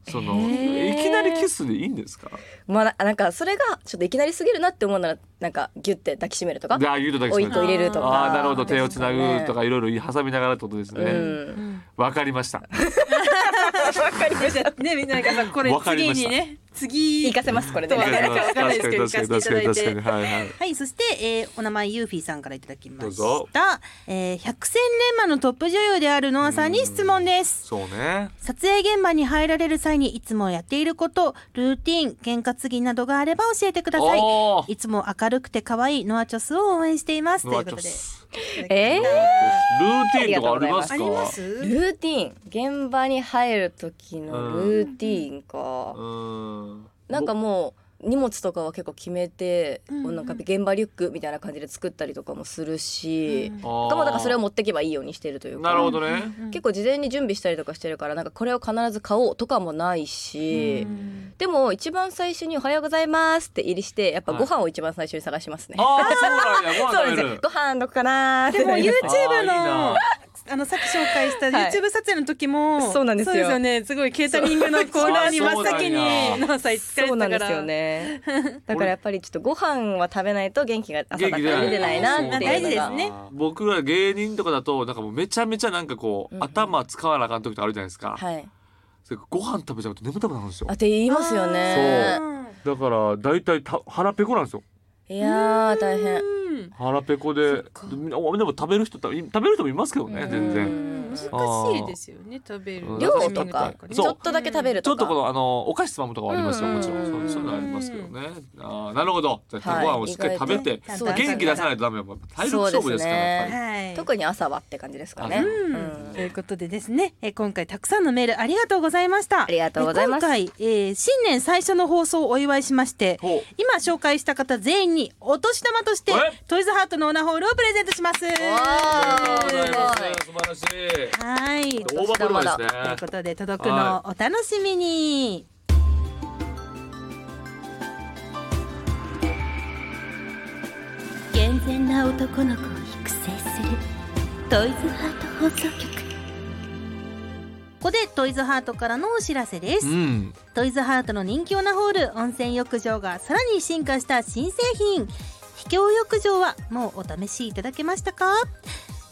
Speaker 2: その、
Speaker 3: えー
Speaker 2: いきなりキスでいいんですか
Speaker 3: まあ、ななんかそれがちょっといきなりすぎるなって思うならなんかギュッて抱きしめるとか
Speaker 2: でああいうのだけ
Speaker 3: おいっこ入れるとか
Speaker 2: ああーなるほど手をつなぐとかいろいろ挟みながらってことです
Speaker 3: う
Speaker 2: ね
Speaker 3: ん
Speaker 2: わ、かりました
Speaker 3: わかりました
Speaker 1: ねみんながさこれ
Speaker 2: わかり
Speaker 1: 次
Speaker 2: まし
Speaker 1: に
Speaker 2: た
Speaker 1: ね次
Speaker 3: 行かせますこれで
Speaker 1: わかりましたわ
Speaker 2: 確
Speaker 1: かん
Speaker 2: か
Speaker 1: ないで
Speaker 2: に
Speaker 1: すけど
Speaker 2: 確かに確かに確かにはいはい
Speaker 1: はいそして、えーお名前ユーフィーさんからいただきま
Speaker 2: どう
Speaker 1: し
Speaker 2: ぞ
Speaker 1: た、えー、百戦錬磨のトップ女優であるノアさんに質問です
Speaker 2: そうね
Speaker 1: 撮影現場に入られる際にいつもやっていることルーティン験担ぎなどがあれば教えてください
Speaker 2: おー
Speaker 1: いつも明るくて可愛いノアチョスを応援していますと
Speaker 2: う
Speaker 1: い
Speaker 2: わ
Speaker 1: うこ
Speaker 2: ちょ
Speaker 1: と
Speaker 2: っ
Speaker 1: で
Speaker 2: と
Speaker 3: え
Speaker 2: ルーティンとかありますか
Speaker 1: あります
Speaker 3: ー、ルーティン現場に入る時のルーティンか、
Speaker 2: うん
Speaker 3: なんかもう荷物とかは結構決めて、
Speaker 1: うんうん
Speaker 3: なんか現場リュックみたいな感じで作ったりとかもするし、
Speaker 1: うん
Speaker 2: あー
Speaker 3: なんかもうだからそれを持っていけばいいようにしてるというか
Speaker 2: なる ほどね
Speaker 3: 結構事前に準備したりとかしてるからなんかこれを必ず買おうとかもないし、
Speaker 1: うん
Speaker 3: でも一番最初に「おはようございます」って入りしてやっぱご飯を一番最初に探しますね。
Speaker 2: ああそうなんやご
Speaker 3: そう
Speaker 2: 飯食べ
Speaker 3: ですよ
Speaker 2: る
Speaker 3: ご飯どこかなーって
Speaker 1: でも YouTube
Speaker 2: あーい
Speaker 1: の
Speaker 2: いな
Speaker 1: あのさっき紹介した
Speaker 3: はい
Speaker 1: YouTube 撮影の時も、
Speaker 3: そうなんですよ
Speaker 1: そうですよねすごいケータリングのコーナーに
Speaker 2: そう
Speaker 1: 真っ先に
Speaker 2: そうなんや
Speaker 1: ノアさん行って
Speaker 3: そう
Speaker 1: た
Speaker 3: な
Speaker 1: か
Speaker 3: んで
Speaker 1: ら
Speaker 3: すよねだからやっぱりちょっとご飯は食べないと元気が朝だから
Speaker 2: 元気
Speaker 3: 出
Speaker 2: 出
Speaker 3: て
Speaker 2: な
Speaker 3: ないいなっていう
Speaker 1: 大事
Speaker 3: の
Speaker 1: です
Speaker 3: が
Speaker 1: ね
Speaker 2: 僕ら芸人とかだとなんかもうめちゃめちゃなんかこう、
Speaker 3: うんうん
Speaker 2: 頭使わなあかん時ってあるじゃないですか、
Speaker 3: はい
Speaker 2: それご飯食べちゃうと眠たくなるんですよ
Speaker 3: あって言いますよね
Speaker 2: だから大体た腹ペコなんですよ
Speaker 3: いやー大変
Speaker 1: うん
Speaker 2: 腹ペコで
Speaker 1: そっか
Speaker 2: でみんなおでも食べる人た食べる人もいますけどね
Speaker 3: うん
Speaker 2: 全然
Speaker 1: うん難しいですよね食べる
Speaker 2: うん
Speaker 3: 量
Speaker 2: そう
Speaker 3: とか
Speaker 2: そう
Speaker 3: ちょっとだけ食べる
Speaker 2: ちょ
Speaker 3: と
Speaker 2: っとこ
Speaker 3: か
Speaker 2: のあのお菓子つまむとかはありますよ
Speaker 3: うん
Speaker 2: もちろんそうそういうのありますけどねあーなるほどじゃあ
Speaker 3: はい
Speaker 2: ご飯をしっかり食べて
Speaker 1: 意外と
Speaker 3: そうですね
Speaker 2: 元気出さないとダメよやっぱ体力勝負ですからやっぱり
Speaker 1: はい
Speaker 3: 特に朝はって感じですかね
Speaker 2: あ
Speaker 1: うん
Speaker 3: うん
Speaker 1: ということでですね、えー今回たくさんのメールありがとうございました。
Speaker 3: ありがとうございます
Speaker 1: えー今回、えー新年最初の放送をお祝いしまして、
Speaker 2: ほう
Speaker 1: 今紹介した方全員にお年玉として
Speaker 2: え
Speaker 1: トイズハートのオナホールをプレゼントします。
Speaker 2: ありがとうございます素晴
Speaker 3: わ
Speaker 2: らしい
Speaker 1: はい。
Speaker 2: 大盤振る舞いですね
Speaker 1: ということで届くのをお楽しみに。
Speaker 4: 健全な男の子を育成するトイズハート放送局
Speaker 1: ここでトイズハートからのお知らせです
Speaker 2: う。ん
Speaker 1: トイズハートの人気オナホール温泉浴場がさらに進化した新製品秘境浴場はもうお試しいただけましたか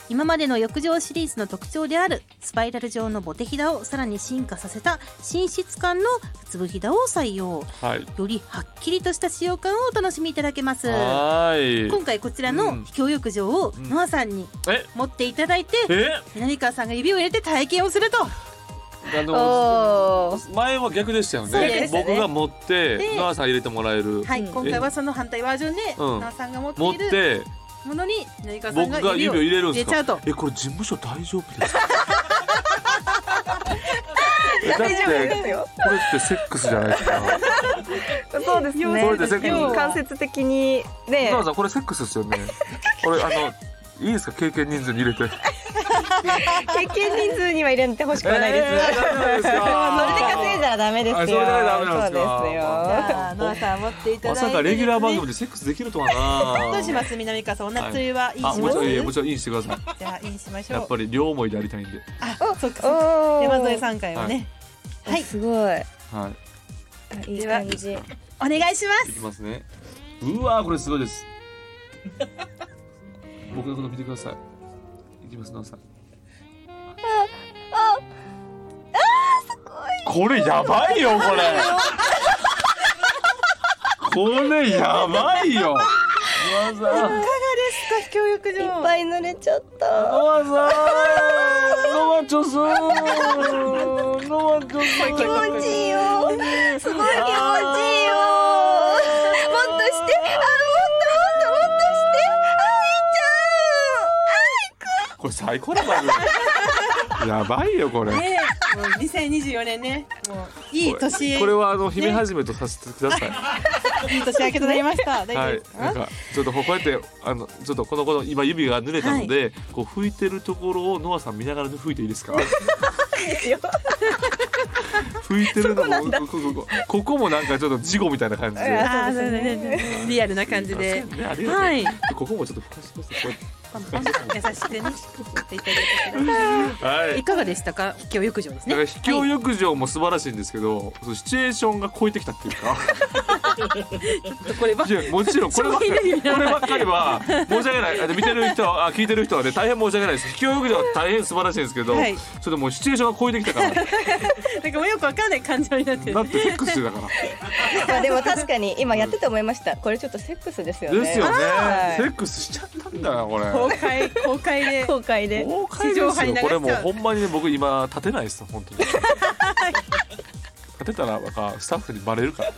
Speaker 1: 今までの浴場シリーズの特徴であるスパイラル状のボテヒダをさらに進化させた寝室感の粒ヒダを採用
Speaker 2: はい
Speaker 1: よりはっきりとした使用感をお楽しみいただけます
Speaker 2: はーい
Speaker 1: 今回こちら
Speaker 2: う
Speaker 1: の
Speaker 2: ん
Speaker 1: 秘境浴場を
Speaker 2: ん
Speaker 1: ノアさんに
Speaker 2: え
Speaker 1: 持っていただいて
Speaker 2: え
Speaker 1: 南川さんが指を入れて体験をすると
Speaker 2: あ
Speaker 3: お
Speaker 2: の前は逆でしたよ
Speaker 1: そう
Speaker 2: ね
Speaker 1: でした
Speaker 3: ね
Speaker 2: 僕が持って
Speaker 1: で
Speaker 2: ノアさん入れてもらえる
Speaker 1: はい
Speaker 3: うん
Speaker 1: 今回はその反対バージョンで
Speaker 2: うん
Speaker 1: ノアさんが持って
Speaker 2: 持っ
Speaker 1: いる
Speaker 2: て
Speaker 1: ものに何かさん
Speaker 2: 僕
Speaker 1: が
Speaker 2: が
Speaker 1: 指
Speaker 2: 指
Speaker 1: を
Speaker 2: を入れるん
Speaker 1: 入れ
Speaker 2: です
Speaker 1: ちゃう
Speaker 2: か
Speaker 1: と
Speaker 2: えこれ事務所大丈夫ですか えだっ
Speaker 3: 大丈夫です
Speaker 2: て
Speaker 3: よ
Speaker 2: これってセックスじゃないですか
Speaker 3: そうですね
Speaker 2: そうですね
Speaker 3: 間接的にね
Speaker 2: ノアさんこれセックスですよね俺あのいいですか経験人数に入れて
Speaker 5: 経験人数には入れてほしくはないです。
Speaker 2: えーダメなん
Speaker 5: それで稼いだらダメです
Speaker 2: ですか
Speaker 5: よ。
Speaker 2: あそれでダメなんです
Speaker 5: そ
Speaker 2: か
Speaker 5: うです
Speaker 2: あ
Speaker 5: よ。
Speaker 1: ゃあノアさん持っていただい
Speaker 2: ま
Speaker 1: て
Speaker 2: さかレギュラー番組でセックスできるとはな。
Speaker 1: どうします南川さんお夏湯はいいし
Speaker 2: あ
Speaker 1: ます
Speaker 2: もちろんいやもちろんいいしてください。
Speaker 1: じゃあいいしましょ
Speaker 2: やっ
Speaker 1: う
Speaker 2: ぱり両思いでやりたいんで。
Speaker 1: あそっかそっか
Speaker 5: おー
Speaker 1: 山添さん回はねはい
Speaker 3: すごい。
Speaker 2: はい
Speaker 3: いい感じ。
Speaker 1: お願いしま
Speaker 2: いき
Speaker 1: す
Speaker 2: ますね。うわーこれすごいです。僕のこと見てください。いきますなおさん。ああすごい。これやばいよこれ。これやばいよ。ノアさん。
Speaker 1: 深教育
Speaker 3: いっ
Speaker 1: 上
Speaker 3: ぱい濡れちゃった。
Speaker 2: ノアさん。ノアチョス。ノアチョス。気持
Speaker 3: 気持ちいいよ。すごい気持ちいいよ。もっとして、あ、もっともっともっとして。
Speaker 2: これ最高だな。やばいよこれ。
Speaker 1: ねもう2024年ねもういい年
Speaker 2: これはあの姫始めとさせてください。
Speaker 1: いい年明けとなりました
Speaker 2: は
Speaker 1: 大丈夫
Speaker 2: い
Speaker 1: です、
Speaker 2: なん
Speaker 1: か
Speaker 2: かちょっとこうやってあのちょっとこの子の今指が濡れたので、こう拭いてるところをノアさん見ながら拭いていいですか？拭いてるのもここここここもなんかちょっと事故みたいな感じで。
Speaker 1: あーそうですねリアルな感じで
Speaker 2: そうねありがとう
Speaker 1: はい
Speaker 2: ここもちょっと拭かしてくださいこ
Speaker 1: パンパン優しくねやっていただいたけど
Speaker 2: うやって。はい
Speaker 1: い。かがでしたか秘境浴場です
Speaker 2: だから
Speaker 1: ね
Speaker 2: 卑怯浴場も素晴らしいんですけど、そのシチュエーションが超えてきたっていう か。
Speaker 1: これば
Speaker 2: いやもちろんこればっかり
Speaker 1: 商品レビュー
Speaker 2: こ
Speaker 1: いら
Speaker 2: れ
Speaker 1: ない
Speaker 2: ばっかりは申し訳ないあで見てる人あ聞いてる人はね大変申し訳ないです引き泳ぎでは大変素晴らしいんですけど、
Speaker 1: はい
Speaker 2: それでもうシチュエーションが超えてき たからだって
Speaker 1: なんかもうよくわかんない感情になってる
Speaker 2: セックスだから
Speaker 3: まあでも確かに今やってて思いました。これちょっとセックスですよね。
Speaker 2: ですよね
Speaker 3: は
Speaker 2: セ
Speaker 3: い
Speaker 2: ックスしちゃったんだよこれ
Speaker 1: 公開公開で
Speaker 3: 公開で。
Speaker 2: 崩壊
Speaker 1: 地上
Speaker 2: です
Speaker 1: 波に流しち
Speaker 2: よ
Speaker 1: ゃう
Speaker 2: これもうほんまにね僕今立てないです本 当に立てたらなんかスタッフにバレるから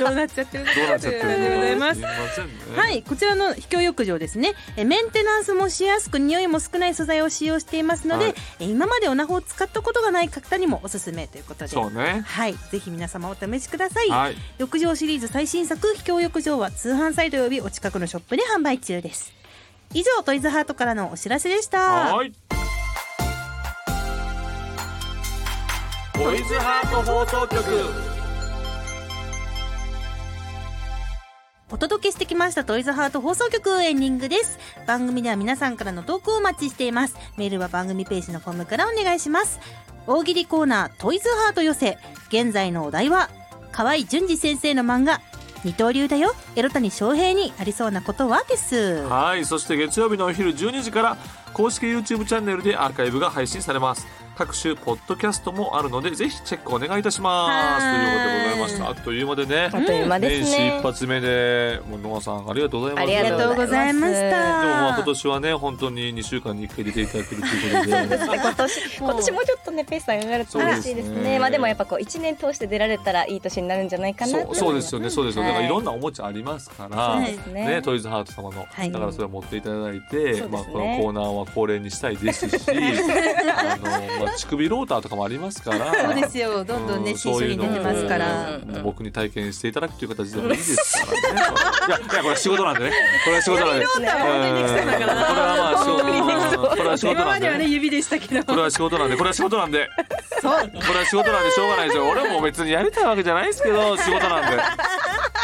Speaker 2: ど
Speaker 1: どうなっちゃってる
Speaker 2: うなっちゃってる
Speaker 1: ありがとうございます
Speaker 2: すいませんね
Speaker 1: はい、こちらの秘境浴場ですね。えメンテナンスもしやすく、匂いも少ない素材を使用していますので、
Speaker 2: はい
Speaker 1: え今までオナホを使ったことがない方にもおすすめということで。
Speaker 2: そうね
Speaker 1: はい、ぜひ皆様お試しください。
Speaker 2: はい
Speaker 1: 浴場シリーズ最新作秘境浴場は通販サイト及びお近くのショップで販売中です。以上トイズハートからのお知らせでした。
Speaker 2: はいトイズハート放送局
Speaker 1: お届けしてきましたトイズハート放送局エンディングです。番組では皆さんからの投稿をお待ちしています。メールは番組ページのフォームからお願いします。大喜利コーナートイズハート寄せ。現在のお題は、河合淳二先生の漫画、二刀流だよ、エロ谷翔平にありそうなことはです。
Speaker 2: はいそして月曜日のお昼12時から公式 YouTube チャンネルでアーカイブが配信されます各種ポッドキャストもあるのでぜひチェックお願いいたしますと
Speaker 1: はいいう
Speaker 2: ことでございましたあっという間でね
Speaker 3: あっという間で
Speaker 2: 年
Speaker 3: す
Speaker 2: 始
Speaker 3: ね
Speaker 2: 一。発目でもうノアさんありがとうございます
Speaker 3: ありがとうございまし
Speaker 1: あり
Speaker 2: で
Speaker 1: が
Speaker 2: も
Speaker 1: とうござい
Speaker 2: まあ
Speaker 1: ま
Speaker 2: 今年はね本当に2週間に1回出ていただけるということで
Speaker 3: 今年今年もうちょっとねペース上がると嬉しいです
Speaker 2: そう
Speaker 3: ね
Speaker 2: ですね
Speaker 3: まあでもやっぱこう一年通して出られたらいい年になるんじゃないかな
Speaker 2: そうそうですよねそうですよね、
Speaker 3: はい
Speaker 2: い、だからいろんなおもちゃありますから、
Speaker 1: はい
Speaker 3: ね
Speaker 2: ね、トイズハート様の、
Speaker 1: はい
Speaker 2: だからそれを持っていただいて、
Speaker 3: そうですね
Speaker 2: まあ、このコーナーは恒例にしたいで すしあの、まあ、乳首ローターとかもありますから
Speaker 1: そうですよ、どんどんね、
Speaker 2: う
Speaker 1: 新商品出てますか
Speaker 2: そう
Speaker 1: ら
Speaker 2: い。うのを僕に体験していただくという形でもいいですからねいやいやこれ仕事なんでねこれは仕事なんで
Speaker 1: ター本当にできそうだから
Speaker 2: うんこれはまあ仕事これは仕事
Speaker 1: 今
Speaker 2: な
Speaker 1: ま
Speaker 2: ん
Speaker 1: で
Speaker 2: で
Speaker 1: はね、
Speaker 2: ね
Speaker 1: 指でしたけど
Speaker 2: こ。れは仕事なんでこれは仕事なんでこれは仕事なんでしょうがないですよ俺も別にやりたいわけじゃないですけど仕事なんで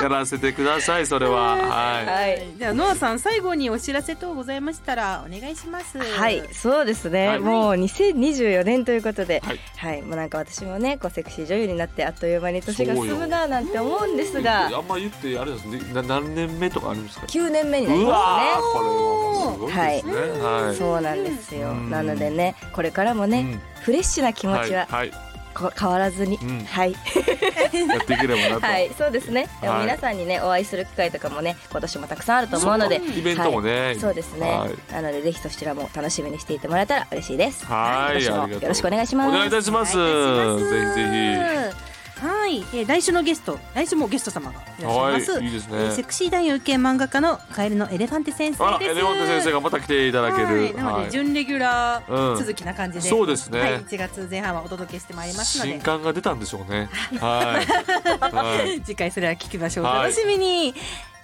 Speaker 2: やらせてくださいそれははい
Speaker 3: はい
Speaker 1: じゃあ、ノアさん、最後にお知らせ等ございましたら、お願いします。
Speaker 3: はい、そうですね、
Speaker 2: はい
Speaker 3: もう2024年ということで、
Speaker 2: は
Speaker 3: はいい、もうなんか私もね、こうセクシー女優になってあっという間に年が
Speaker 2: そう
Speaker 3: 進
Speaker 2: よ
Speaker 3: むななんて思うんですが、
Speaker 2: あんま言ってあれですねな何年目とかあるんですか
Speaker 3: 9年目になり
Speaker 2: うわ
Speaker 3: ま
Speaker 2: ーこれはすごいですね
Speaker 3: す
Speaker 2: は
Speaker 3: ね。そうなんですよ。
Speaker 2: うん
Speaker 3: なのでね、これからも
Speaker 2: い
Speaker 3: ね、
Speaker 2: うん
Speaker 3: フレッシュな気持
Speaker 2: はい
Speaker 3: ちは
Speaker 2: はい
Speaker 3: こ変わらずに、
Speaker 2: うん
Speaker 3: はい、
Speaker 2: やっていければなと
Speaker 3: はい、そうですね。でも
Speaker 2: はい
Speaker 3: 皆さんにね、お会いする機会とかもね、今年もたくさんあると思うので、
Speaker 2: イベントもね、
Speaker 3: はい、そうですね。
Speaker 2: はい
Speaker 3: なのでぜひそちらも楽しみにしていてもらえたら嬉しいです。
Speaker 2: はい
Speaker 3: 今
Speaker 2: あ
Speaker 3: 年
Speaker 2: り
Speaker 3: も
Speaker 2: がとう
Speaker 3: よろしくお願いしま
Speaker 2: お
Speaker 3: す。
Speaker 2: 願いいたしますぜひぜ
Speaker 1: ひ。はい、えー来週のゲスト、来週もゲスト様がい
Speaker 2: ひ
Speaker 1: らっしゃいます。
Speaker 2: はいいいですね
Speaker 1: えーセクシー男優系漫画家のカエルのエレファンテ先生
Speaker 2: あら
Speaker 1: です。
Speaker 2: エレファンテ先生がまた来ていただける、
Speaker 1: はい、なので準レギュラ
Speaker 2: う
Speaker 1: ー
Speaker 2: ん
Speaker 1: 続きな感じで、
Speaker 2: そうですね
Speaker 1: はい、1月前半はお届けしてまいりますの
Speaker 2: 新
Speaker 1: で。
Speaker 2: 刊が出たんでしょうねはい、は い、
Speaker 1: 次回それは聞きましょう。お
Speaker 2: はい
Speaker 1: 楽しみに。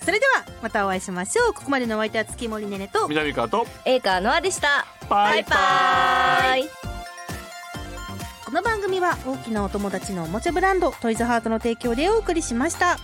Speaker 1: それではまたお会いしましょう。ここまでのお相手は月森ねねと
Speaker 2: 南川と
Speaker 3: エイカーノアでした。
Speaker 1: バイバイ
Speaker 2: バ
Speaker 3: バ
Speaker 2: イ
Speaker 3: イ
Speaker 2: バ
Speaker 3: バーイ
Speaker 1: この番組は大きなお友達のおもちゃブランドトイズハートの提供でお送りしました